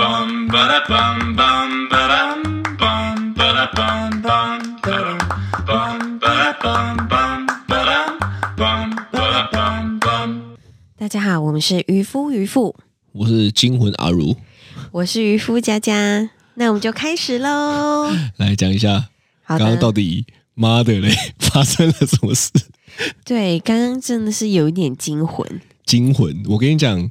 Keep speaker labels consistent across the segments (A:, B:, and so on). A: bum ba da bum bum ba dum bum ba da bum bum ba dum bum ba da bum bum ba dum bum ba da bum bum.
B: 大家好，我们是渔夫渔妇，
C: 我是惊魂阿如，
B: 我是渔夫佳佳，那我们就开始 喽。
C: 来讲一下
B: 好
C: 刚刚到
B: 的，
C: 底妈的嘞发生了什么事？
B: 对，刚刚真的是有一点惊魂，
C: 惊魂，我跟你讲，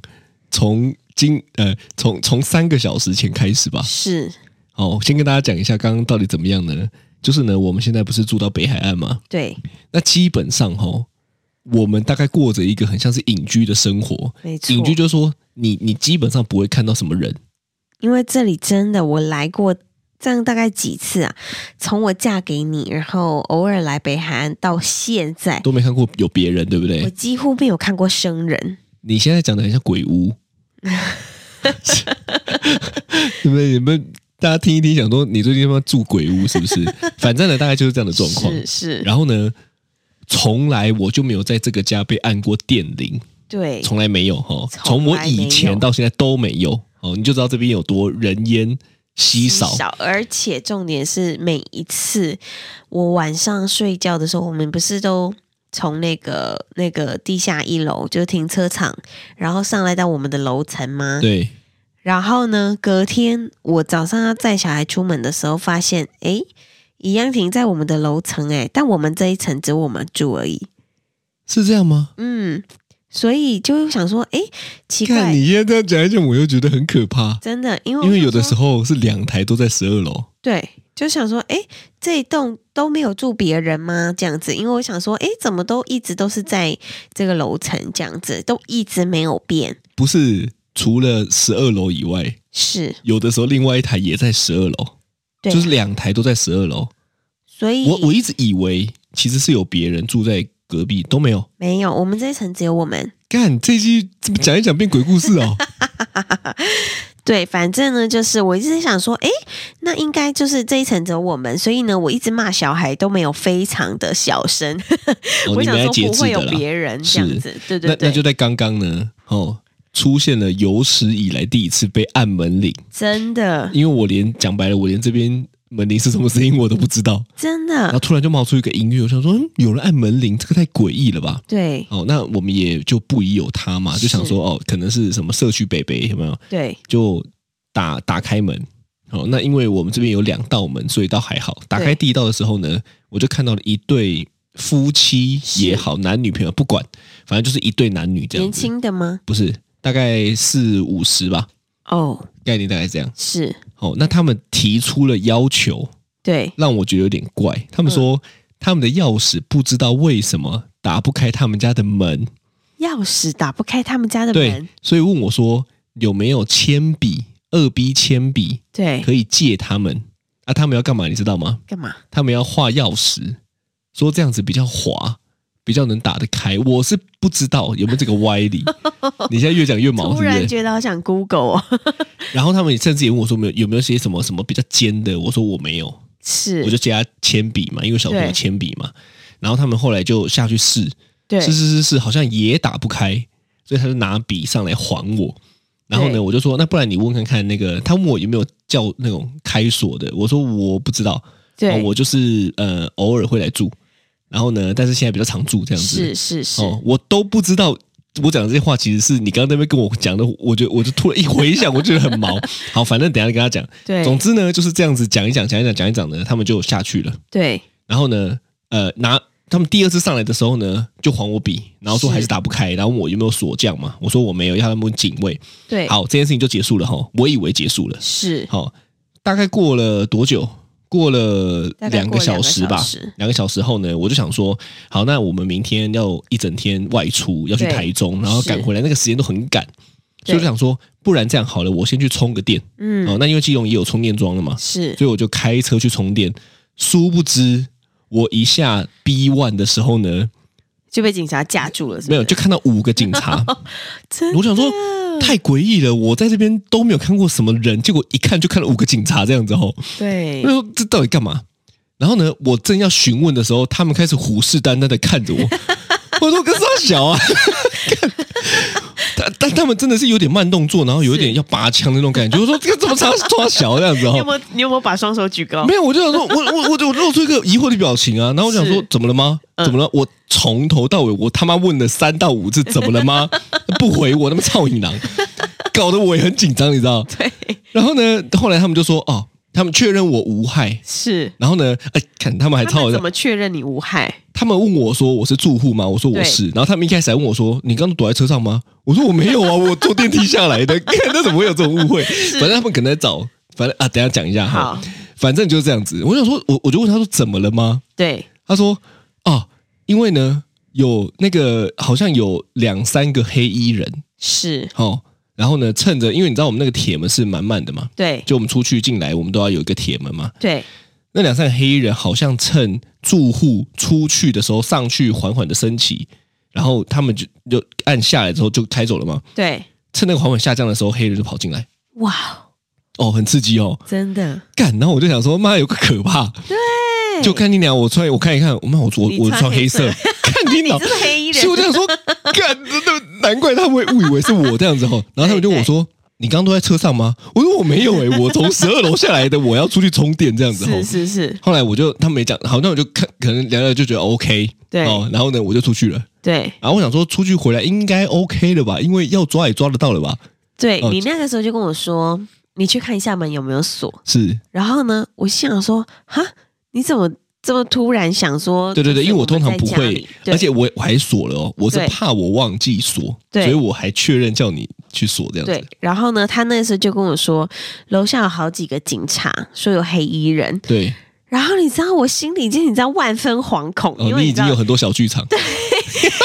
C: 从今呃从从三个小时前开始吧。
B: 是
C: 好，先跟大家讲一下刚刚到底怎么样的呢？就是呢，我们现在不是住到北海岸吗？
B: 对，
C: 那基本上哈，我们大概过着一个很像是隐居的生活。
B: 没错，
C: 隐居就是说，你你基本上不会看到什么人，
B: 因为这里真的我来过。这样大概几次啊？从我嫁给你，然后偶尔来北海岸到现在，
C: 都没看过有别人，对不
B: 我
C: 对？
B: 几乎没有看过生人。
C: 你现在讲的很像鬼屋， 对不对？你们大家听一听，想说你最近他妈住鬼屋是不 是？反正呢，大概就是这样的状况。
B: 是是，
C: 然后呢，从来我就没有在这个家被按过电铃，
B: 对，
C: 从来没有哈，
B: 从
C: 从
B: 来
C: 我
B: 没有
C: 以前到现在都没有哦，你就知道这边有多人烟稀少。
B: 而且重点是每一次我晚上睡觉的时候，我们不是都从那个那个地下一楼就是停车场，然后上来到我们的楼层吗？
C: 对，
B: 然后呢，隔天我早上要载小孩出门的时候，发现诶，一样停在我们的楼层诶，但我们这一层只有我们住而已。
C: 是这样吗？
B: 嗯，所以就想说，诶，奇
C: 看
B: 怪，
C: 你现在这样讲一讲，我又觉得很可怕，
B: 真的，因为
C: 因为有的
B: 候。
C: 时候是两台都在十二楼。
B: 对，就想说，哎，这一栋都没有住别人吗？这样子，因为我想说，哎，怎么都一直都是在这个楼层这样子，都一直没有变。
C: 不是除了十二楼以外，
B: 是，
C: 有的时候另外一台也在十二楼，
B: 对，嗯
C: 就是两台都在十二楼。
B: 所以
C: 我我一直以为其实是有别人住在隔壁，都没有。
B: 没有，我们这一层只有我们。
C: 干这一集怎么讲一讲变鬼故事 哦？
B: 对，反正呢，就是我一直想说，哎，那应该就是这一层只有我们，所以呢，我一直骂小孩都没有非常的小声，
C: 哦，
B: 我
C: 你
B: 想
C: 们来节
B: 说不
C: 制
B: 会有
C: 的啦。
B: 别人这样
C: 是
B: 子，对对
C: 那那就
B: 对，
C: 在刚刚呢，哦，出现了有史以来第一次被按门铃，
B: 真的
C: 因为我连讲白了，我连这边门铃是什么声音我都不知 道，
B: 真
C: 然
B: 的
C: 后，突然就冒出一个音乐，我想说、嗯、有人按门铃，这个太诡异了吧？
B: 对
C: 哦，那我们也就不疑有他嘛，
B: 是
C: 就想说哦，可能是什么社区北北有没有？
B: 对，
C: 就打打开门。哦，那因为我们这边有两道门，所以倒还好。打开第一道的时候呢，我就看到了一对夫妻也好，男女朋友不管，反正就是一对男女这样
B: 年
C: 子，
B: 轻的吗？
C: 不是大概四五十吧，
B: 哦，
C: 概念大概这样。
B: 是
C: 哦，那他们提出了要求，
B: 对。
C: 让我觉得有点怪。他们
B: 嗯
C: 说、他们的钥匙不知道为什么打不开他们家的门，
B: 钥匙打不开他们家的
C: 对
B: 门，，
C: 所以问我说有没有铅笔，二 B 铅笔
B: 对，
C: 可以借他们啊？他们要干嘛？你知道吗？
B: 干嘛？
C: 他们要画钥匙，说这样子比较滑，比较能打得开。我是不知道有没有这个歪 理。你现在越讲越毛，
B: 突
C: 是不
B: 然
C: 是？
B: 觉得好想 Google 哦，
C: 然后他们甚至也问我说，没有有没有些什么什么比较尖的？我说我没有，
B: 是，
C: 我就借他铅笔嘛，因为小朋友
B: 对
C: 铅笔嘛。然后他们后来就下去试，
B: 对，
C: 是是是是，好像也打不开，所以他就拿笔上来还我。然后
B: 对
C: 呢，我就说，那不然你问看看那个，他问我有没有叫那种开锁的，我说我不知道，
B: 对，
C: 哦我就是呃偶尔会来住，然后呢，但是现在比较常住这样子
B: 是，是是，
C: 哦，我都不知道。我讲的这些话，其实是你刚刚在那边跟我讲的，我就 我就突然一回想，我觉得很毛。 好，反正等一下跟他讲。
B: 对，
C: 总之呢，就是这样子讲一讲，讲一讲，讲一讲呢，他们就下去了。
B: 对
C: 然后呢，呃，拿他们第二次上来的时候呢，就还我笔，然后说
B: 是
C: 还是打不开，然后问我有没有锁匠嘛，我说我没有，要他们问警卫。
B: 对，
C: 好，这件事情就结束了哈，我以为结束了。
B: 是
C: 好，大概过了多久？过了
B: 大概
C: 两
B: 过
C: 个小
B: 两个
C: 时吧
B: 小时，
C: 两个小时后呢，我就想说，好，那我们明天要一整天外出，要去
B: 对
C: 台中，然后赶
B: 是
C: 回来，那个时间都很赶，
B: 对
C: 所以我就想说，不然这样好了，我先去充个电。
B: 嗯
C: 哦，那因为基隆也有充电桩了嘛，
B: 是
C: 所以我就开车去充电。殊不知，我一下 B one 的时候呢，
B: 就被警察架住了，是不是
C: 没有就看到五个警察，
B: 真
C: 我想说太诡异了，我在这边都没有看过什么人，结果一看就看到五个警察这样子哦吼，
B: 对
C: 我说这到底干嘛？然后呢，我正要询问的时候，他们开 始虎视眈眈的看着我，我说跟啥小啊？但但他们真的是有点慢动作，然后有一点要拔枪的那种感觉。我说这个怎么差抓小这样 子
B: 你
C: 哦
B: 有？没有你有没有把双手举高
C: 没？有，我就想说，我 我我我露出一个疑惑的表情啊，然后我想说
B: 是，
C: 怎么了吗？怎么了？我从头到尾，我他妈问了三到五次，怎么了 吗？不回我，他妈操你娘！搞得我也很紧张，你知道？
B: 对，
C: 然后呢，后来他们就说，哦，他们确认我无害。
B: 是。
C: 然后呢，哎，看他们 还
B: 他
C: 超
B: 们
C: 好笑
B: 怎，么确认你无害？
C: 他们问我说我是住户吗？我说我是。然后他们一开始还问我说你刚刚躲在车上吗？我说我没有啊，我 坐电梯下来的。 看那怎么会有这种误会？反正他们可能在找，反正啊，等一下讲一下哈
B: 好。
C: 反正就是这样子。我想说，我我就问他说怎么了吗？
B: 对，
C: 他说啊，因为呢有那个好像有两三个黑衣人
B: 是，
C: 哦，然后呢趁着因为你知道我们那个铁门是满满的嘛，
B: 对，
C: 就我们出去进来我们都要有一个铁门嘛，
B: 对，
C: 那两三个黑衣人好像趁住户出去的时候上去缓缓的升起，然后他们就就按下来之后就开走了嘛。
B: 对，
C: 趁那个缓缓下降的时候，黑人就跑进来，
B: 哇，
C: 哦，很刺激哦，
B: 真的，
C: 干！然后我就想说，妈有个可怕，对，就看你俩，我穿我看一看，我妈我我
B: 你
C: 我
B: 穿
C: 穿
B: 黑
C: 黑色
B: 色，
C: 看你
B: 你
C: 脑
B: 这，是黑衣
C: 所以我就
B: 人，
C: 想说，干，真的难怪他们会误以为是我这样子哦。然后他们就问我说。你刚刚都在车上吗？我说我没有诶、欸我从十二楼下来的，我要出去充电这样子。哦。
B: 是是是，
C: 后来我就他没讲，好，那我就看，可能聊聊就觉得 OK，
B: 对
C: 哦，然后呢我就出去了，
B: 对
C: 然后我想说出去回来应该 OK 了吧，因为要抓也抓得到了吧，
B: 对，
C: 哦
B: 你那个时候就跟我说，你去看一下门有没有锁。
C: 是
B: 然后呢，我心想说，哈，你怎么这么突然想说？
C: 对对对，
B: 就是
C: 因为我
B: 们
C: 通常
B: 在
C: 不
B: 家
C: 会
B: 里，对
C: 而且我我还锁了哦，我是
B: 对
C: 怕我忘记锁，
B: 对
C: 所以我还确认叫你去锁这样
B: 对
C: 子，，
B: 然后呢，他那时候就跟我说，楼下有好几个警察，说有黑衣人。
C: 对，
B: 然后你知道，我心里就你知道万分惶恐，因
C: 哦，
B: 为
C: 你已
B: 知
C: 经
B: 道
C: 有，很多小剧场，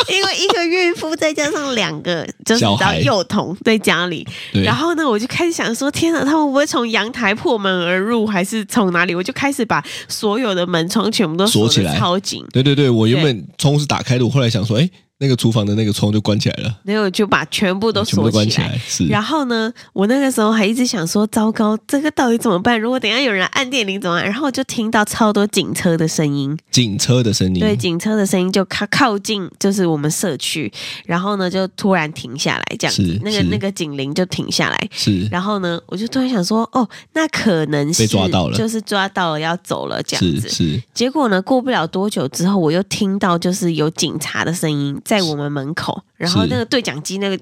B: 因为一个孕妇再加上两个就是
C: 小
B: 你知道
C: 孩
B: 幼童在家里，
C: 对，
B: 然后呢，我就开始想说，天哪，他们会不会从阳台破门而入，还是从哪里？我就开始把所有的门窗全部都
C: 锁
B: 锁
C: 起
B: 得
C: 来
B: 超紧，
C: 对对对，我原本窗是打开的，我后来想说，哎，那个厨房的那个窗就关起来了，
B: 然后我就把全部都
C: 哦全部
B: 哦锁
C: 都关
B: 起
C: 起
B: 来。
C: 来，是，
B: 然后呢，我那个时候还一直想说，糟糕，这个到底怎么办？如果等一下有人按电铃怎么办？然后我就听到超多警车的声音，
C: 警车的声音，
B: 对，警车的声音就靠靠近，就是我们社区，然后呢就突然停下来，这样子
C: 是，
B: 那个
C: 是
B: 那个警铃就停下来。
C: 是
B: 然后呢，我就突然想说，哦，那可能是
C: 被抓到了
B: 就是抓到了要走了这样
C: 是
B: 子。
C: 是，
B: 结果呢，过不了多久之后，我又听到就是有警察的声音在我们门口，然后
C: 是
B: 那个对讲机那个，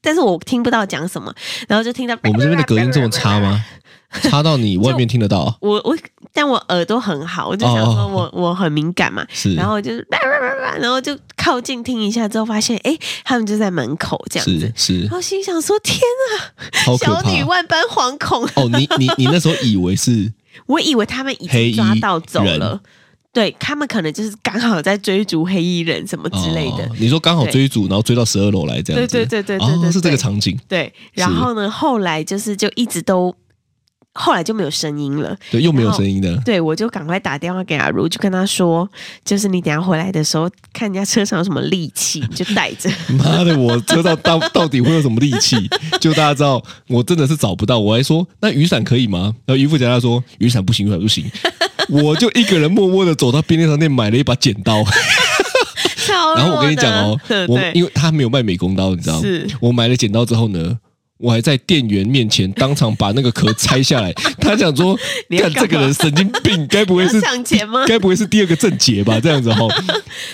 B: 但是我听不到讲什么，然后就听到
C: 我们这边的隔音这么差吗？差到你外面听得到？啊
B: 我我，但我耳朵很好，我就想说我、我很敏感嘛，
C: 哦是，
B: 然后就是，然后就靠近听一下之后，发现哎，诶他们就在门口这样子
C: 是，是
B: 然，后心想说天
C: 好
B: 啊，
C: 可
B: 小
C: 怕
B: 女万般惶恐，
C: 哦！你你你那时候以为是
B: 我以为他们已经
C: 黑衣
B: 抓到走
C: 人
B: 了，对他们可能就是刚好在追逐黑衣人什么 之类的，
C: 哦你说刚好追逐，然后追到十二楼来这样
B: 对
C: 子，
B: 对对对对对
C: 哦，
B: 对，
C: 是这个场景，
B: 对，然后呢，后来就是就一直都。后来就没有声音了，
C: 对，又没有声音的，
B: 对我就赶快打电话给阿如，就跟他说，就是你等一下回来的时候，看人家车上有什么利器，你就带 着。
C: 妈的，我车上到到底会有什么力气？ 就大家知道，我真的是找不到，我还说那雨伞可以吗？然后渔夫讲他说雨伞不行，雨伞不行，我就一个人默默的走到便利商店买了一把剪刀。
B: 超
C: 然后我
B: 弱
C: 跟你讲
B: 的
C: 哦
B: 对，啊
C: 我
B: 对
C: 因为他没有卖美工刀，你知道吗
B: 是？
C: 我买了剪刀之后呢，我还在店员面前当场把那个壳拆下 来。他想说，
B: 你要
C: 看
B: 干
C: 这个
B: 嘛
C: 人神经病，该不会是
B: 要抢钱吗
C: 该不会是第二个正杰吧？这样子 哈、哦，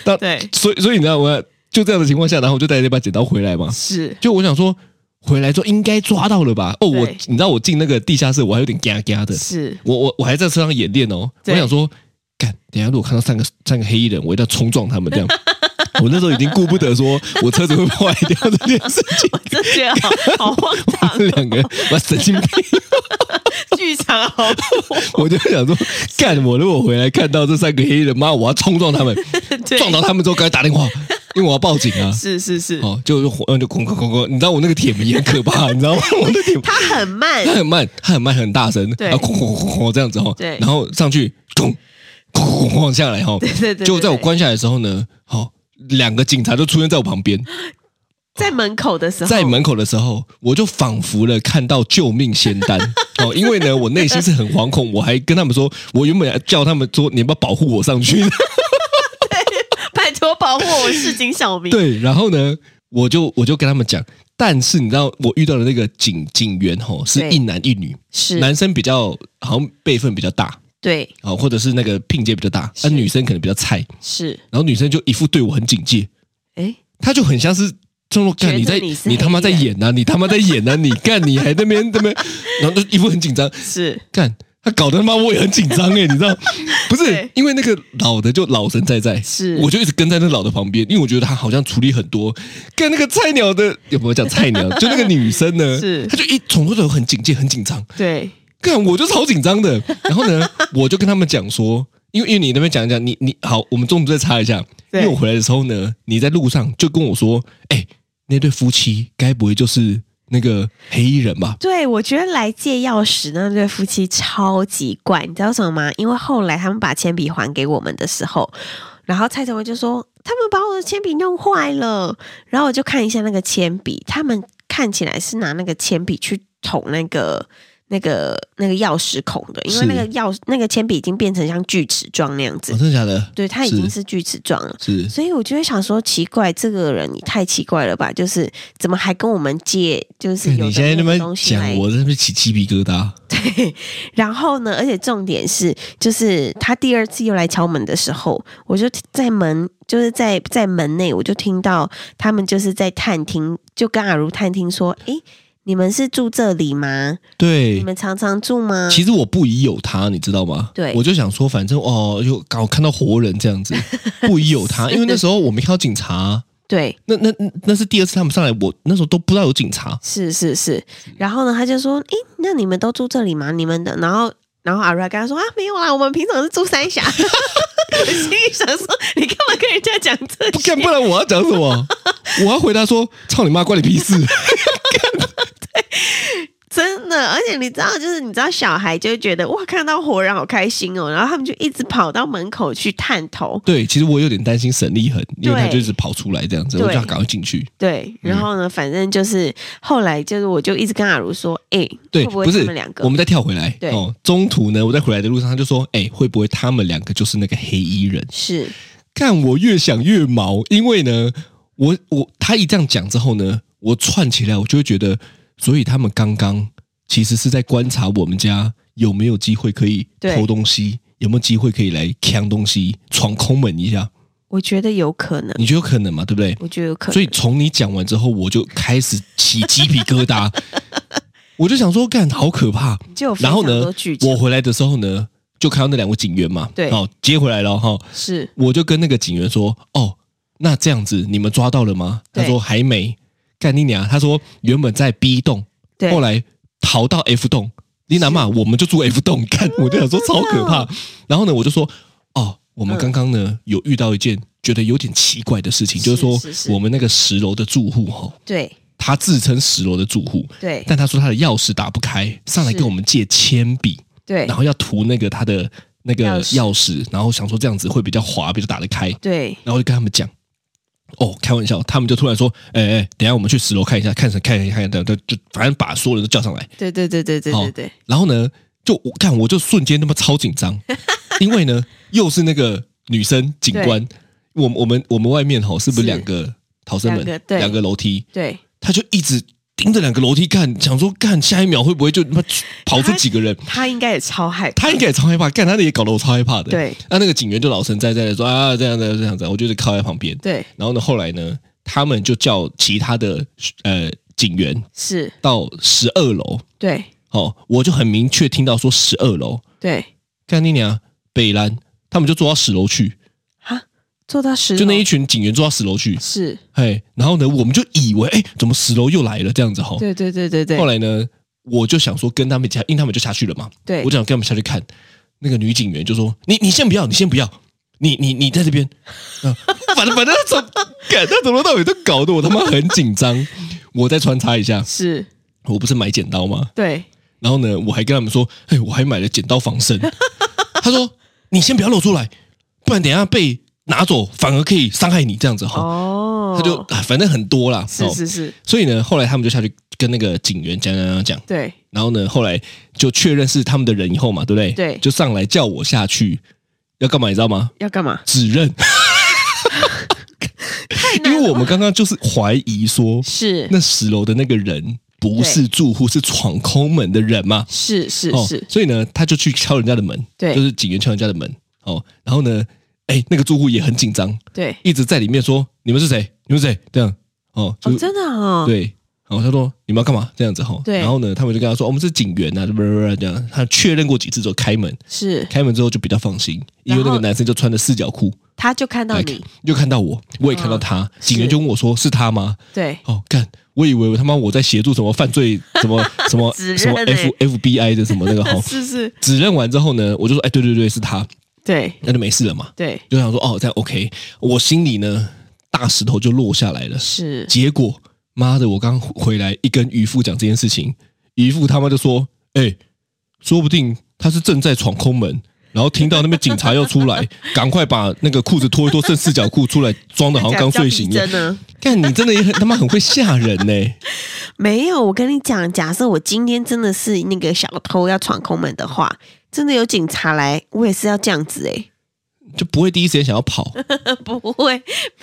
C: 那
B: 对
C: 所以所以你知道我就这样的情况下，然后我就带着一把剪刀回来嘛。
B: 是
C: 就我想说，回来之后应该抓到了吧？哦，我
B: 对
C: 你知道我进那个地下室，我还有点嘎嘎的，
B: 是，
C: 我我我还在车上演练哦，我
B: 对
C: 想说，干，等一下如果看到三个三个黑衣人，我一定要冲撞他们这样。 我那时候已经顾不得说我车子会坏掉这件事 情，
B: 我真觉得好好荒
C: 我
B: 唐，
C: 们两个我神经病，
B: 剧场 好多，
C: 我就想说，干，我如果回来看到这三个黑衣人，妈，我要冲撞他们，
B: 对
C: 撞到他们之后赶快打电话，因为我要报警啊。
B: 是是是，
C: 哦，就就就哐哐哐哐，你知道我那个铁门也很可怕，你知道吗？我 那铁门
B: 他很慢
C: 它，很慢，它很慢，很大声，
B: 对
C: 然后哐哐哐哐哐这样子哦，
B: 对
C: 然后上去，哐哐哐哐下来哦，
B: 对对对
C: 就在我
B: 对对
C: 关下来的时候呢，哦，两个警察就出现在我旁边，
B: 在门口的时候，
C: 在门口的时候，我就仿佛了看到救命仙 丹哦，因为呢，我内心是很惶恐，我还跟他们说，我原本要叫他们说，你要不要保护 我上去？
B: 拜托保护我市井小民，
C: 对，然后呢，我就我就跟他们讲，但是你知道我遇到的那个警警员吼是
B: 对
C: 一男一女，
B: 是
C: 男生比较好像辈分比较大
B: 对
C: 啊、哦或者是那个聘阶比较大，那、
B: 是
C: 女生可能比较菜，
B: 是，
C: 然后女生就一副对我很警戒，
B: 哎，
C: 他就很像是中若干，
B: 觉得
C: 你在
B: 你是
C: 你他妈在
B: 黑人
C: 演呐、啊，你他妈在 演呐、啊，你干你还在那边那边，然后就一副很紧张，
B: 是
C: 干他搞得他妈我也很紧 张哎、你知道？不是
B: 对
C: 因为那个老的就老神在在，
B: 是
C: 我就一直跟在那老的旁边，因为我觉得他好像处理很多。跟那个菜鸟的有没有讲菜 鸟？就那个女生呢，
B: 是
C: 她就一从头到尾很警戒，很紧张。
B: 对
C: 干，我就超紧张的。然后呢，我就跟他们讲说，因为因为你那边讲一讲，你你好，我们中途再插一下。因
B: 对
C: 为我回来的时候呢，你在路上就跟我说，哎、那对夫妻该不会就是那个黑衣人吧？
B: 对，我觉得来借钥匙那对夫妻超级怪，你知道为什么吗？因为后来他们把铅笔还给我们的时候，然后蔡成文就说他们把我的铅笔弄坏了，然后我就看一下那个铅笔，他们看起来是拿那个铅笔去捅那个。那个那个钥匙孔的，因为
C: 是
B: 那个钥那个铅笔已经变成像锯齿状那样子，
C: 哦、真的假的？
B: 对，它已经
C: 是
B: 是锯齿状了。
C: 是
B: 所以我就会想说，奇怪，这个人你太奇怪了吧？就是怎么还跟我们借，就是有
C: 哎你现在
B: 的
C: 那
B: 那
C: 边
B: 个东西
C: 讲
B: 来，
C: 我在那边起鸡皮疙瘩。
B: 然后呢，而且重点是，就是他第二次又来敲门的时候，我就在门，就是在在门内，我就听到他们就是在探听，就跟阿如探听说，诶，你们是住这里吗？你
C: 对，
B: 们常常住吗？
C: 其实我不疑有他，你知道吗？
B: 对
C: 我就想说，反正哦，就刚好看到活人这样子，不疑 有他，因为那时候我没看到警察啊、
B: 对，
C: 那那那那是第二次他们上来，我那时候都不知道有警察。
B: 是是是，然后呢，他就说：“诶，那你们都住这里吗？你们的？”然后，然后阿瑞跟他说：“啊，没有啦，我们平常是住三 峡。”我心里想说：“你干嘛跟人家讲这
C: 不
B: 些
C: 干，不然我要讲什 么？我要回答说：“操你妈，关你屁事。
B: 真的，而且你知道，就是你知道，小孩就会觉得哇，看到活人好开心哦，然后他们就一直跑到门口去探头！”
C: 对，其实我有点担心沈立恒，因为他
B: 对
C: 就一直跑出来这样子，
B: 对
C: 我就要赶快进去。
B: 对，然后呢，反正就是后来就是，我就一直跟阿如说：“诶，
C: 对，
B: 会不会
C: 不
B: 他
C: 是
B: 们两个？”
C: 我们再跳回来。
B: 对
C: 哦，中途呢，我在回来的路上，他就说：“哎、会不会他们两个就是那个黑衣人
B: 是？”
C: 看我越想越毛，因为呢，我我他一这样讲之后呢，我串起来，我就会觉得，所以他们刚刚其实是在观察我们家有没有机会可以
B: 对
C: 偷东西，有没有机会可以来抢东西，闯空门一下。
B: 我觉得有可能，
C: 你觉得有可能嘛？对不对？
B: 我觉得有可能。
C: 所以从你讲完之后，我就开始起鸡皮疙瘩， 我就想说，干好可怕。
B: 就有非
C: 然后
B: 常
C: 呢
B: 多剧，
C: 我
B: 情
C: 回来的时候呢，就看到那两个警员嘛，
B: 对
C: 哦，接回来了哈、
B: 是
C: 我就跟那个警员说，哦，那这样子你们抓到了吗？他
B: 对
C: 说还没，干你娘！他说原本在 B 栋，
B: 对，
C: 后来逃到 F 栋，你哪嘛，我们就住 F 栋， 看我就想说超可怕。然后呢，我就说哦，我们
B: 嗯
C: 刚刚呢有遇到一件觉得有点奇怪的事情，
B: 是
C: 就是说
B: 是是
C: 我们那个十楼的住户哈、哦，
B: 对
C: 他自称十楼的住户，
B: 对
C: 但他说他的钥匙打不开，上来
B: 是
C: 跟我们借铅笔，
B: 对
C: 然后要涂那个他的那个
B: 钥匙
C: 钥匙，然后想说这样子会比较滑，比较打得开。
B: 对
C: 然后就跟他们讲，哦，开玩笑，他们就突然说，哎、哎、等一下我们去十楼看一下，看什看一下看一下，就就反正把所有人都叫上来。
B: 对对对对对
C: 好
B: 对对，
C: 然后呢，就我看我就瞬间他妈超紧 张，因为呢又是那个女生警官，我们我们我们外面吼是不是
B: 是
C: 两个逃生门
B: 两个，对
C: 两个楼梯，
B: 对
C: 他就一直。盯着两个楼梯看，想说干下一秒会不会就他妈跑出
B: 他
C: 几 个人？
B: 他应该也超害怕，
C: 他应该也超害怕，干他的也搞得我超害怕的。
B: 对，
C: 那、那个警员就老神在在的说啊这样这样这样这样，我就是靠在旁边。
B: 对
C: 然后呢，后来呢，他们就叫其他的呃警员
B: 是，
C: 到十二楼，
B: 对
C: 哦，我就很明确听到说十二楼，
B: 对
C: 干你娘，北兰，他们就坐到十楼去，
B: 啊，做到十
C: 就那
B: 楼
C: 一群警员坐到十楼去，
B: 是，
C: 嘿，然后呢，我们就以为，哎，怎么十楼又来了这样子哈、
B: 对对对对对，
C: 后来呢，我就想说跟他们下，因为他们就下去了嘛，
B: 对
C: 我就想跟他们下去看。那个女警员就说：“你你先不要，你先不要，你你你在这边。啊 反正反正他从干他从头到尾都搞得我他妈很紧张。我再穿插一下，
B: 是，
C: 我不是买剪刀吗？
B: 对
C: 然后呢，我还跟他们说：“哎，我还买了剪刀防身。” 他说：“你先不要露出来，不然等一下被拿走，反而可以伤害你这样子哈。
B: 哦，
C: 他就啊反正很多啦，
B: 是
C: 哦
B: 是是，
C: 所以呢，后来他们就下去跟那个警员讲讲讲讲，
B: 对
C: 然后呢，后来就确认是他们的人以后嘛，对不对？
B: 对
C: 就上来叫我下去，要干嘛？你知道吗？
B: 要干嘛？
C: 指认，
B: 太太
C: 因
B: 难了
C: 为我们刚刚就是怀疑说，
B: 是
C: 那十楼的那个人不是住户，是闯空门的人嘛？
B: 是是
C: 哦
B: 是，，
C: 所以呢，他就去敲人家的门，
B: 对
C: 就是警员敲人家的门，哦，然后呢，哎，那个住户也很紧张，
B: 对，
C: 一直在里面说你们是谁？你们是谁？这样，哦，就
B: 哦，
C: 是
B: 真的哦，
C: 对，然后他说你们要干嘛？这样子哈，哦
B: 对
C: 然后呢，他们就跟他说、哦我们是警员啊，不不不，这样，他确认过几次之后开门，
B: 是，
C: 开门之后就比较放心，因为那
B: 然后
C: 个男生就穿着四角裤，
B: 他就看到
C: 哎
B: 你，嗯
C: 又看到我，我也看到他，警员
B: 是
C: 就问我说是他吗？
B: 对，
C: 哦，干，我以为我他妈我在协助什么犯罪，什么什么
B: 指认
C: 什么
B: 欸
C: F F B I 的什么那个哦哈，
B: 是是，
C: 指认完之后呢，我就说哎，对对对，是他，
B: 对
C: 那就没事了嘛，
B: 对
C: 就想说哦，这样 OK，我心里呢大石头就落下来了，
B: 是，
C: 结果妈的，我刚回来一跟渔夫讲这件事情，渔夫他妈就说：“哎、说不定他是正在闯空门，然后听到那边警察要 出来，赶快把那个裤子脱一脱，剩四角裤出来，装的好像刚睡醒 一样
B: 真。呢？”
C: 看你真的也很他妈很会吓人呢、
B: 没有，我跟你讲，假设我今天真的是那个小偷要闯空门的话，真的有警察来，我也是要这样子哎、
C: 就不会第一时间想要跑。
B: 不会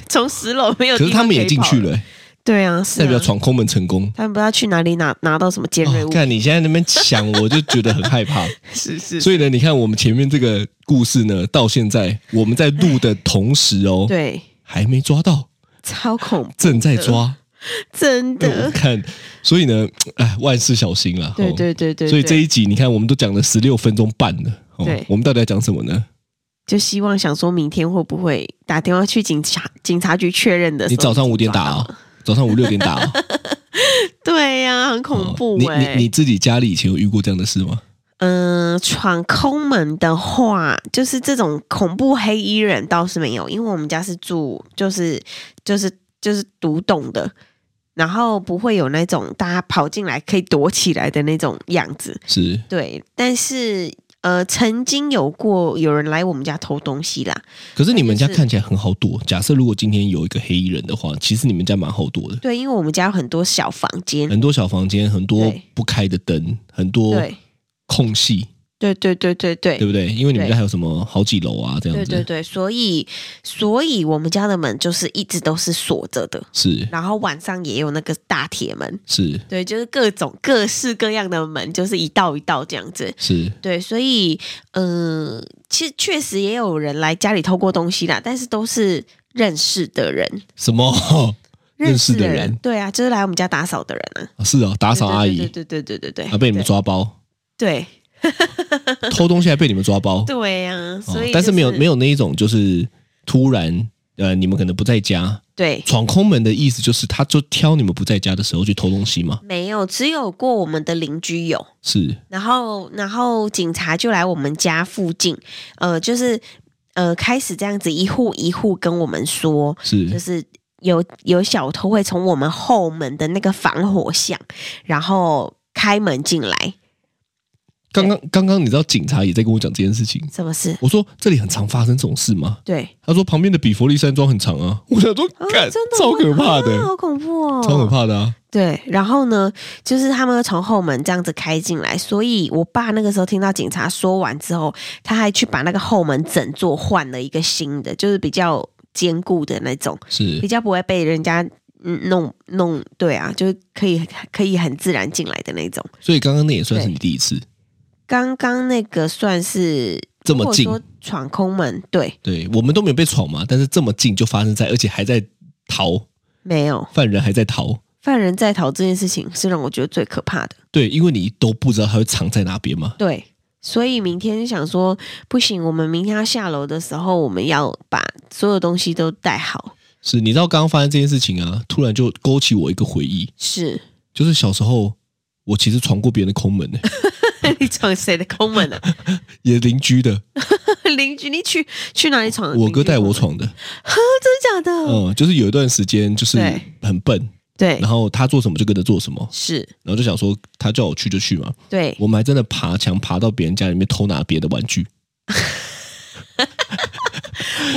B: 从十楼没有
C: 可
B: 地
C: 是
B: 方以跑了，
C: 他们也进去了、
B: 对啊，是
C: 代表
B: 啊，
C: 闯空门成功。
B: 他们不知道去哪里拿拿到什么尖锐
C: 哦
B: 物，，
C: 看你现在那边想，我就觉得很 害怕。
B: 是是，
C: 所以呢，你看我们前面这个故事呢，到现在我们在录的同时哦，
B: 对，
C: 还没抓到。
B: 超恐怖，
C: 正在抓，
B: 真
C: 我
B: 的，
C: 看，所以呢，哎，万事小心啦。
B: 对
C: 哦
B: 对对对，
C: 所以这
B: 对
C: 一集你看，我们都讲了十六分钟半了。哦
B: 对
C: 我们到底要讲什么呢？
B: 就希望想说明天会不会打电话去警察警察局确认的时
C: 你
B: 候，
C: 早上五点打
B: 抓到
C: 啊
B: 了，
C: 早上五六点打 啊，
B: 对呀、很恐怖
C: 哦
B: 哎、
C: 你你你自己家里以前有遇过这样的事吗？
B: 嗯，闯空门的话，就是这种恐怖黑衣人倒是没有，因为我们家是住就是就是就是独栋的，然后不会有那种大家跑进来可以躲起来的那种样子。
C: 是
B: 对，但是呃，曾经有过有人来我们家偷东西啦。
C: 可是你们家
B: 就是
C: 看起来很好躲。假设如果今天有一个黑衣人的话，其实你们家蛮好躲的，
B: 对，因为我们家有很多小房间。
C: 很多小房间，很多
B: 对
C: 不开的灯，很多
B: 对，
C: 空隙，
B: 对对对对对
C: 对不对？因为你们
B: 对
C: 家还有什么好几楼啊，这样
B: 对
C: 子。
B: 对对，所以所以我们家的门就是一直都是锁着的。
C: 是
B: 然后晚上也有那个大铁门，
C: 是
B: 对，就是各种各式各样的门，就是一道一道这样子。
C: 是，
B: 对，所以嗯、呃其实确实也有人来家里偷过东西啦，但是都是认识的人，
C: 什么 哦认识的
B: 的
C: 人
B: 对啊，就是来我们家打扫的人啊，
C: 是哦，打
B: 打
C: 扫阿姨。
B: 对对对对对对对，
C: 啊，被你们抓包，
B: 对，
C: 偷东西还被你们抓包，
B: 对对啊，所以、
C: 哦、但是没有没
B: 有
C: 有那一种就是突然呃，你们可能不在家，
B: 对。
C: 闯空门的意思就是他就挑你们不在家的时候去偷东西嘛，
B: 没有，只有过我们的邻居有，
C: 是
B: 然后，然后警察就来我们家附近，呃，就是呃，开始这样子一户一户跟我们说，就是是有有小偷会从我们后门的那个防火巷，然后开门进来，
C: 刚刚刚刚你知道警察也在跟我讲这件事情，
B: 什么事？
C: 我说这里很常发生这种事吗？
B: 对，
C: 他说旁边的比佛利山庄很长啊， 我想说，
B: 啊
C: 干、
B: 真的
C: 超可怕
B: 啊
C: 的，
B: 好恐怖哦，
C: 超可。怕的啊，
B: 对，然后呢，就是他们会从后门这样子开进来，所以我爸那个时候听到警察说完之后，他还去把那个后门整座换了一个新的，就是比较坚固的那种。比
C: 是
B: 较不会被人家嗯弄弄，对啊，就是可以可以很自然进来的那种。
C: 所以刚刚那也算是你第一次，
B: 刚刚那个算是
C: 这么近
B: 如果说闯空门，对，
C: 对我们都没有被闯嘛，但是这么近就发生在，而且还在逃，
B: 没有
C: 犯人还在逃，
B: 犯人在逃这件事情是让我觉得最可怕的，
C: 对，因为你都不知道它会藏在哪边嘛。
B: 对。所以明天想说不行，我们明天要下楼的时候，我们要把所有东西都带好。
C: 是，你知道刚刚发生这件事情啊，突然就勾起我一个回忆，
B: 是
C: 就是小时候我其实闯过别人的空门、欸，
B: 你闯谁的空门 啊？
C: 也邻居的，
B: 邻居，你去去哪里闯？
C: 我哥带我
B: 邻居的空门，
C: 闯
B: 真
C: 的。
B: 的假的？
C: 嗯，就是有一段时间就是
B: 对
C: 很笨，
B: 对
C: 然，后他做什么就跟着做什么，
B: 是，
C: 然后就想说他叫我去就去嘛，
B: 对，
C: 我们还真的爬墙爬到别人家里面偷拿别人的玩具，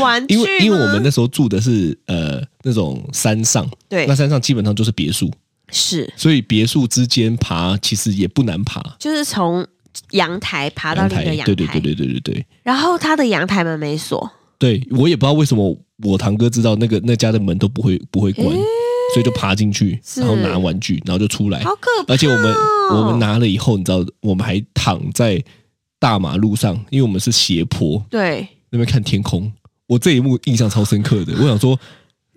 B: 玩具
C: 因
B: 吗，
C: 为因为我们那时候住的是呃那种山上，
B: 对
C: 那山上基本上就是别墅，
B: 是
C: 所以别墅之间爬其实也不难爬。
B: 就是从阳台爬到
C: 阳
B: 另一
C: 台
B: 个阳台，
C: 对对对对对对对，
B: 然后他的阳台门没锁，
C: 对我也不知道为什么我堂哥知道那个那家的门都不会不会关，所以就爬进去，
B: 是
C: 然后拿玩具，然后就出来。
B: 好可怕、哦！
C: 而且我们我们拿了以后，你知道，我们还躺在大马路上，因为我们是斜坡，
B: 对，
C: 那边看天空。我这一幕印象超深刻的，我想说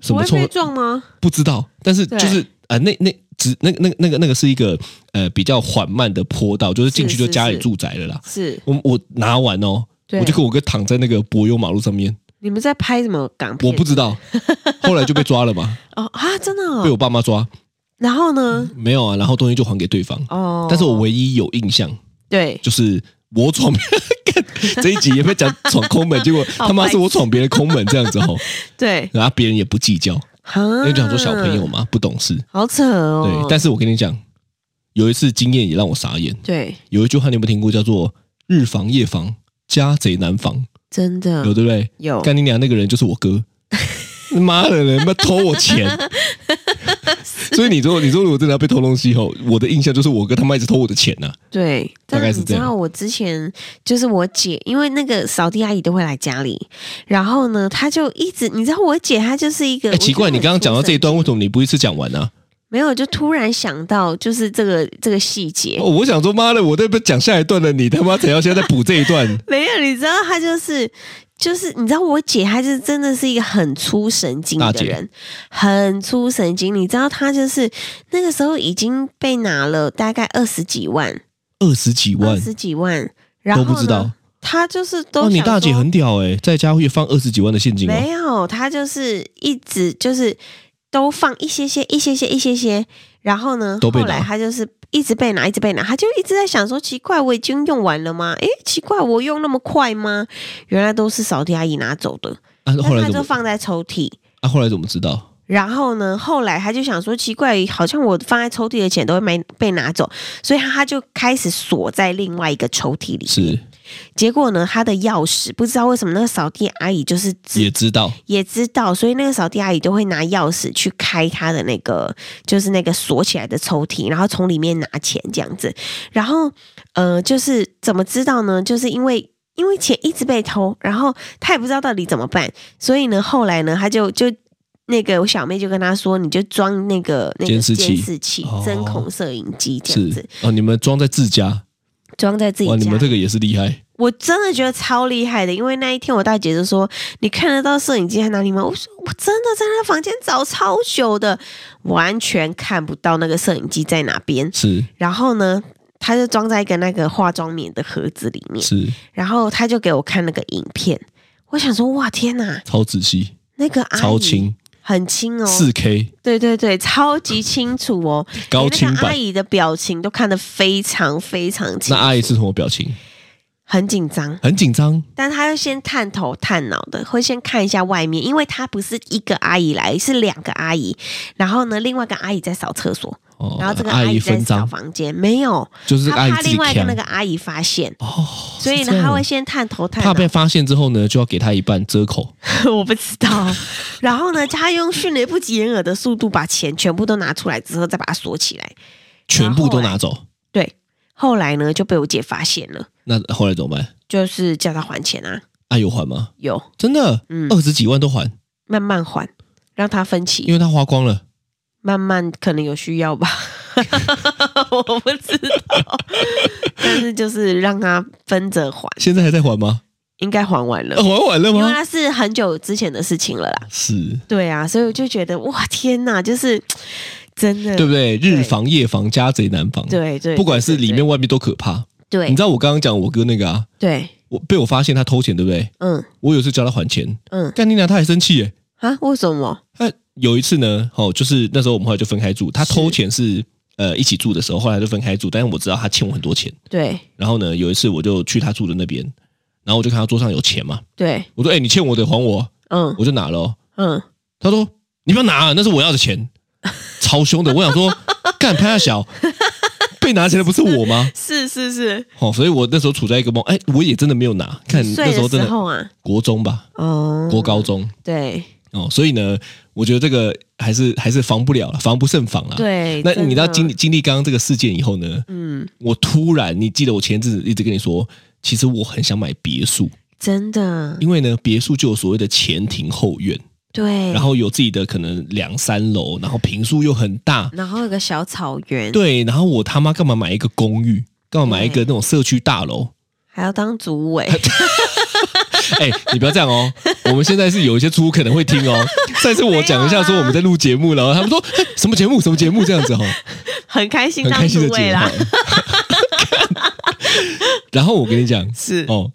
C: 什
B: 我
C: 么
B: 会
C: 冲
B: 被撞吗？
C: 不知道，但是
B: 对
C: 就是啊、呃那那只那那那个那个是一个呃比较缓慢的坡道，就是进去
B: 是
C: 就是家里
B: 是
C: 住宅了啦。
B: 是，
C: 我我拿完哦，
B: 对
C: 我就跟我哥躺在那个柏油马路上面，
B: 你们在拍什么港片？
C: 我不 知道，后来就被抓了嘛，
B: 哦啊，真的、
C: 被
B: 哦。
C: 我爸妈抓，
B: 然后呢？
C: 没有啊，然后东西就还给对方。
B: 哦，
C: 嗯但是我唯一有印象
B: 对
C: 就是我闯别人干 这一集也被讲闯空门，结果他妈是我闯别人空门这样子吼，
B: 对，
C: 然后别人也不计较，
B: 哈，
C: 因为就想说小朋友嘛不懂事，
B: 好扯嗯哦。
C: 对。但是我跟你讲，有一次经验也让我傻眼，
B: 对，
C: 有一句话你有没有听过，叫做“日防夜防，家贼难防”，
B: 真的
C: 有对不对？
B: 有
C: 干你娘那个人就是我 哥，妈的人他妈偷我钱。所以你说，你说如果真的要被偷东西后，我的印象就是我哥他妈一直偷我的钱呐、
B: 对，
C: 大概
B: 但
C: 是
B: 你知
C: 这样
B: 道我之前就是我姐，因为那个扫地阿姨都会来家里，然后呢，她就一直，你知道我姐她就是一个，
C: 哎、奇怪，你刚刚讲到这一，段，为什么你不一次讲完啊呢、
B: 没有，就突然想到就是这个这个细节，
C: 哦，我想说，妈的，我都不讲下一段了，你他妈才要现在再补这一 段
B: 没有，你知道她就是。就是你知道我姐，她就是真的是一个很粗神经
C: 大
B: 的
C: 姐
B: 人，很粗神经。你知道她就是那个时候已经被拿了大概二十几万，
C: 二十几
B: 二
C: 万
B: 十几万，然
C: 都
B: 后
C: 不知
B: 呢
C: 道。。
B: 她就是都
C: 哦，你
B: 想
C: 大姐
B: 说
C: 很屌哎、在家会放二十几万的现金哦。
B: 没有，他就是一直就是都放一些些、一些些、一些些，然后呢，
C: 都被
B: 后来
C: 拿
B: 他就是一直被拿，一直被拿，他就一直在想说，奇怪，我已经用完了吗？诶，奇怪，我用那么快吗？原来都是扫地阿姨拿走的，
C: 啊，
B: 但
C: 后
B: 是
C: 来
B: 他
C: 怎
B: 就
C: 么？
B: 放在抽屉。
C: 啊，后来怎么知道？
B: 然后呢，后来他就想说，奇怪，好像我放在抽屉的钱都会没被拿走，所以他他就开始锁在另外一个抽屉里。
C: 是
B: 结果呢，他的钥匙不知道为什么那个扫地阿姨就是直
C: 也知道
B: 也知道，所以那个扫地阿姨都会拿钥匙去开她的那个，就是那个锁起来的抽屉，然后从里面拿钱这样子。然后，呃，就是怎么知道呢？就是因为因为钱一直被偷，然后她也不知道到底怎么办，所以呢，后来呢，她就就。那个我小妹就跟她说，你就装那个那个
C: 监视器
B: 监视器
C: 哦、
B: 针孔摄影机这样
C: 是
B: 子，
C: 哦，你们装在自家
B: 装在自己
C: 哇，你
B: 家
C: 们这个也是厉害。
B: 我真的觉得超厉害的，因为那一天我大姐就说：“你看得到摄影机在哪里吗？”我说：“我真的在那房间找超久的，完全看不到那个摄影机在哪边。
C: 是”
B: 然后呢，她就装在一个那个化妆棉的盒子里面，
C: 是，
B: 然后她就给我看那个影片。我想说：“哇，天哪，
C: 超仔细，
B: 那个阿姨
C: 超清，
B: 很轻哦，
C: 四 K
B: 对对对，超级清楚哦，
C: 高
B: 连
C: 清
B: 那个阿
C: 版。
B: 姨的表情都看得非常非常清
C: 那，阿姨是什么表情？
B: 很紧张。”
C: 很紧张，
B: 但他要先探头探脑的，会先看一下外面，因为他不是一个阿姨来，是两个阿姨。然后呢，另外一个阿姨在扫厕所，
C: 哦，
B: 然后这个
C: 阿
B: 姨在
C: 分
B: 扫
C: 赃，
B: 房间，没有，
C: 就是
B: 他
C: 阿姨
B: 怕
C: 自己
B: 另外一个那
C: 扛
B: 个。阿姨发现，
C: 哦，
B: 所以
C: 是
B: 呢
C: 这，样
B: 他会先探头探
C: 怕被
B: 脑，
C: 发现之后呢，就要给他一半遮口。
B: 我不知道。然后呢，他用迅雷不及掩耳的速度把钱全部都拿出来之后，再把它锁起来。
C: 全部都
B: 然后
C: 拿走。
B: 对，后来呢就被我姐发现了，
C: 那后来怎么办？
B: 就是叫他还钱啊，
C: 啊，有还吗？
B: 有
C: 真的，
B: 嗯
C: 二十几万都还，
B: 慢慢还，让他分期
C: 因。为他花光了。
B: 慢慢可能有需要吧， 我不知道，但是就是让他分着还，
C: 现在还在还吗？
B: 应该还完了
C: 啊、，还完了
B: 因为
C: 吗？
B: 那是很久之前的事情了啦。
C: 是，
B: 对啊，所以我就觉得哇，天哪，就是真的，
C: 对不对？日防夜防，家贼难防。，
B: 嗯对对，
C: 不管是里面
B: 对
C: 外面都可怕。
B: 对
C: 你知道我刚刚讲我哥那个啊，
B: 对，
C: 我被我发现他偷钱，对不对？
B: 嗯
C: 我有一次叫他还钱，
B: 嗯
C: 干你娘，他还生气耶。
B: 啊，为什么？
C: 他有一次呢，哦，就是那时候我们后来就分开住，他偷钱是呃一起住的时候，后来就分开住，但是我知道他欠我很多钱。
B: 对
C: 然后呢，有一次我就去他住的那边，然后我就看他桌上有钱嘛，
B: 对，
C: 我说：“哎、你欠我的还我。”
B: 嗯
C: 我就拿了、哦。
B: 嗯，
C: 他说：“你不要拿、啊，那是我要的钱。” 超凶的，我想说， 干潘大小， 被拿钱的不是我吗？
B: 是是是，
C: 哦，所以我那时候处在一个懵，哎，我也真的没有拿。看那
B: 睡
C: 时候
B: 的
C: 真
B: 时
C: 的
B: 候啊，
C: 国中吧，
B: 哦，
C: 国高中
B: 对
C: 哦，所以呢，我觉得这个还是还是防不了了，防不胜防啊。。
B: 对，
C: 那
B: 真
C: 你知道
B: 的
C: 经历经历刚刚这个事件以后呢？
B: 嗯，
C: 我突然，你记得我前阵子一直跟你说，其实我很想买别墅，
B: 真的
C: 因为呢，别墅就有所谓的前庭后院。
B: 对，
C: 然后有自己的可能两三楼，然后平数又很大，
B: 然后有个小草原，，
C: 对，然后我他妈干嘛买一个公寓？干嘛买一个
B: 对
C: 那种社区大
B: 嗯
C: 楼？
B: 还要当组 委，
C: 哎、你不要这 样哦！我们现在是有一些租户可能会听哦。上次我讲一下说我们在录节目，然后他们说
B: 啊
C: 哎什么节目什么节目这样子 哦，
B: 很开心
C: 很
B: 当
C: 开心
B: 组
C: 的
B: 委
C: 节
B: 啦
C: 目。。 然后我跟 你讲
B: 是，
C: 哦，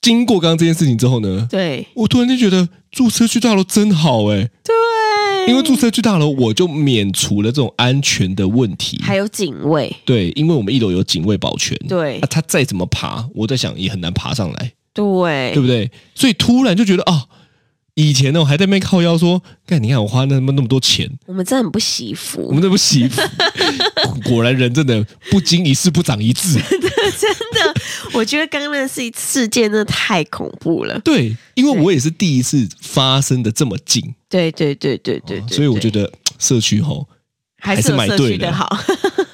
C: 经过刚刚这件事情之后呢，
B: 对
C: 我突然就觉得住社区大楼真好哎、
B: 对，
C: 因为住社区大楼我就免除了这种安全的问题。
B: 还有警卫，
C: 对，因为我们一楼有警卫保全，
B: 对
C: 啊，他再怎么爬，我在想也很难爬上来。
B: 对
C: 对不对？所以突然就觉得啊、以前呢我还在那边靠腰说，干你看我花那么那么 多钱，
B: 我们真的很不惜
C: 我
B: 福，
C: 们那么媳妇， 果然人真的不经一事不长一 智。
B: 我觉得刚刚那是一事件，真的太恐怖了。
C: 对，因为我也是第一次发生的这么近，
B: 对对对对对对，
C: 哦所以我觉
B: 对
C: 得社区吼，
B: 还
C: 还是
B: 是有
C: 买
B: 社
C: 对啊
B: 区的
C: 了
B: 好。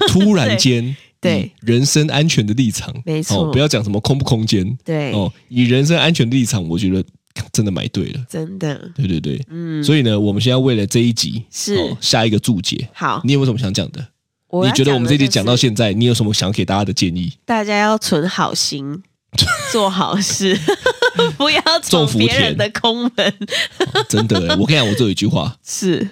C: 突然间
B: 对
C: 以人身安全的立场，
B: 没错
C: 哦不要讲什么空不空间
B: 对，
C: 哦，以人身安全的立场，我觉得真的买对了。
B: 真的，
C: 对对对，
B: 嗯，
C: 所以呢，我们现在为了这一集哦
B: 是
C: 下一个注解，
B: 好。
C: 你有没有什么想讲的？
B: 我
C: 你
B: 要
C: 觉得我们
B: 的
C: 这一集
B: 就
C: 讲到
B: 是
C: 现在，你有什么想给大家的建议？
B: 大家要存好心，做好事， 不要
C: 种
B: 从
C: 福
B: 别人
C: 田
B: 的空门。
C: 真的欸，我跟你讲，我只有一 句话：
B: 是，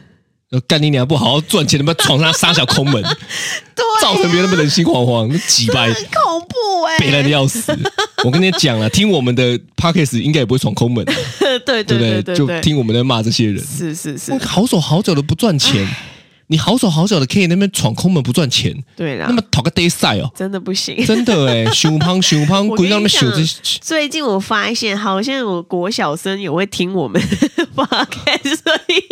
C: 干你娘！不好好赚钱，他妈闯上杀小空 门，
B: 对，啊
C: 造成别人的人心惶惶，那几百
B: 很恐怖哎、
C: 北来的要死。我跟你讲了，听我们的 podcast 应该也不会闯空门，啊
B: 对
C: 对
B: 对
C: 不
B: 对对，
C: 就听我嗯们在骂这些人，
B: 是是是
C: 我，好手好脚的不赚钱，你好手好脚的可以那边闯空门不赚钱，
B: 对啊啦
C: 那，么讨个 day 赛哦，
B: 真的不行。
C: 真的哎，熊胖熊胖，
B: 我
C: 鬼
B: 跟
C: 让他
B: 你
C: 们
B: 讲
C: 熊这。，
B: 最近我发现，好像我国小生也会听我们的 podcast，所以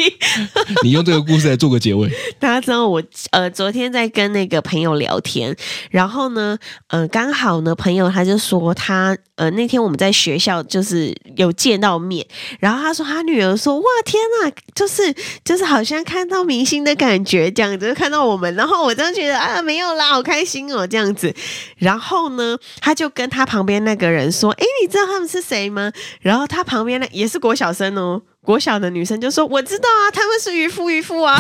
C: 你用这个故事来做个结尾，
B: 大家知道我呃昨天在跟那个朋友聊天，然后呢，呃刚好呢朋友他就说他呃那天我们在学校就是有见到面，然后他说他女儿说哇天呐，就是就是好像看到明星的感觉这样子，就看到我们，然后我真的觉得啊没有啦，好开心哦这样子，然后呢他就跟他旁边那个人说，诶，你知道他们是谁吗？然后他旁边那也是国小生哦。国小的女生就说：“我知道啊，他们是渔夫，渔夫啊。”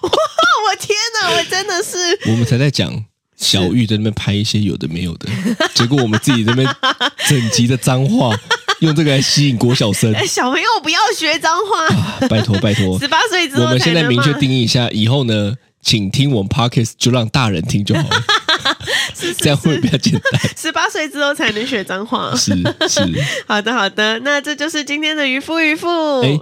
B: 我天哪，我真的是
C: 我们才 在讲小玉在那边拍一些有的没有的，结果我们自己这边整集的脏话，用这个来吸引国 小生，
B: 哎小朋友不要学脏话，
C: 啊拜托拜托
B: 十，八岁之
C: 我
B: 后
C: 们
B: 才
C: 现在
B: 能
C: 明
B: 骂
C: 确定义一下，以后呢，请听我们 podcast 就让大人听就 好了，这样会比较简单。
B: 十八岁之后才能学脏话。
C: 是是，
B: 好的，好的，那这就是今天的渔夫渔夫。
C: 哎，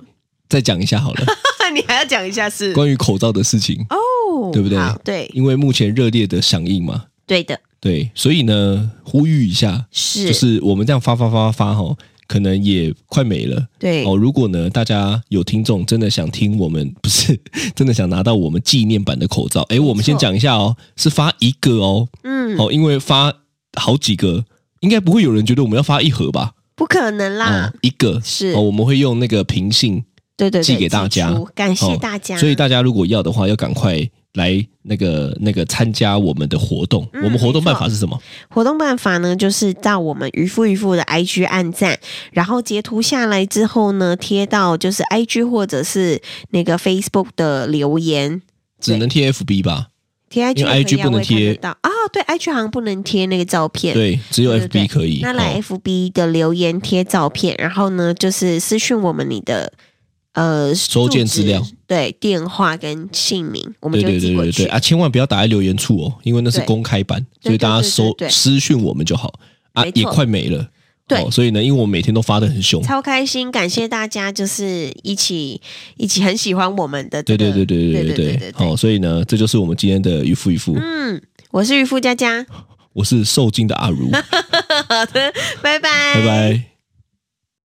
C: 再讲一下好了，
B: 你还要讲一下哦是
C: 哎关于口罩的事情，
B: 哦，
C: 对不对
B: 好对，
C: 因为目前热烈的响应嘛，
B: 对的，
C: 对，所以呢，呼吁一下，
B: 是
C: 就是我们这样发发发发发哈，可能也快没了。
B: 对
C: 哦，如果呢，大家有听众真的想听我们，不是 真的想拿到我们纪念版的口罩，诶，我们先讲一下哦，是发一个哦，
B: 嗯，
C: 哦，因为发好几个，应该不会有人觉得我们要发一盒吧？
B: 不可能啦
C: 哦，，一个
B: 啊是
C: 哦，我们会用那个平信，
B: 对对对，
C: 寄给大家
B: 寄出感谢
C: 哦
B: 大家，
C: 所以大家如果要的话，要赶快来那个那个参加我们的活动。
B: 嗯
C: 我们活动办
B: 没错
C: 法是什么？
B: 活动办法呢，就是到我们渔夫渔夫的 IG 按赞，然后截图下来之后呢，贴到就是 IG 或者是那个 Facebook 的留言，
C: 只能贴 FB 吧？
B: 贴 IG
C: 因为 IG
B: 的朋友
C: 不能
B: 会看得
C: 贴
B: 到哦，对，IG 好像不能贴那个照片，
C: 对，只有
B: 对对
C: FB 可以。
B: 那来
C: 哦
B: FB 的留言贴照片，然后呢，就是私讯我们你的呃
C: 收件资料
B: 住址对，电话跟姓名，我们
C: 对
B: 就
C: 对
B: 寄
C: 对
B: 过
C: 对
B: 去。
C: 对啊，千万不要打在留言处哦，因为那是
B: 对
C: 公开版，
B: 对
C: 所以大家
B: 对对
C: 收
B: 对对
C: 私讯我们就好啊
B: 没，错
C: 也快没了。
B: 对
C: 哦所以呢，因为我每天都发的很凶。
B: 超开心，感谢大家，就是一起一起很喜欢我们的、
C: 对
B: 这
C: 对
B: 个。
C: 对对
B: 对对
C: 对对
B: 对
C: 对，好，所以呢，这就是我们今天的渔夫渔夫，
B: 嗯，我是渔夫佳佳，
C: 我是受惊的阿如，拜
B: 好的，拜拜，
C: 拜。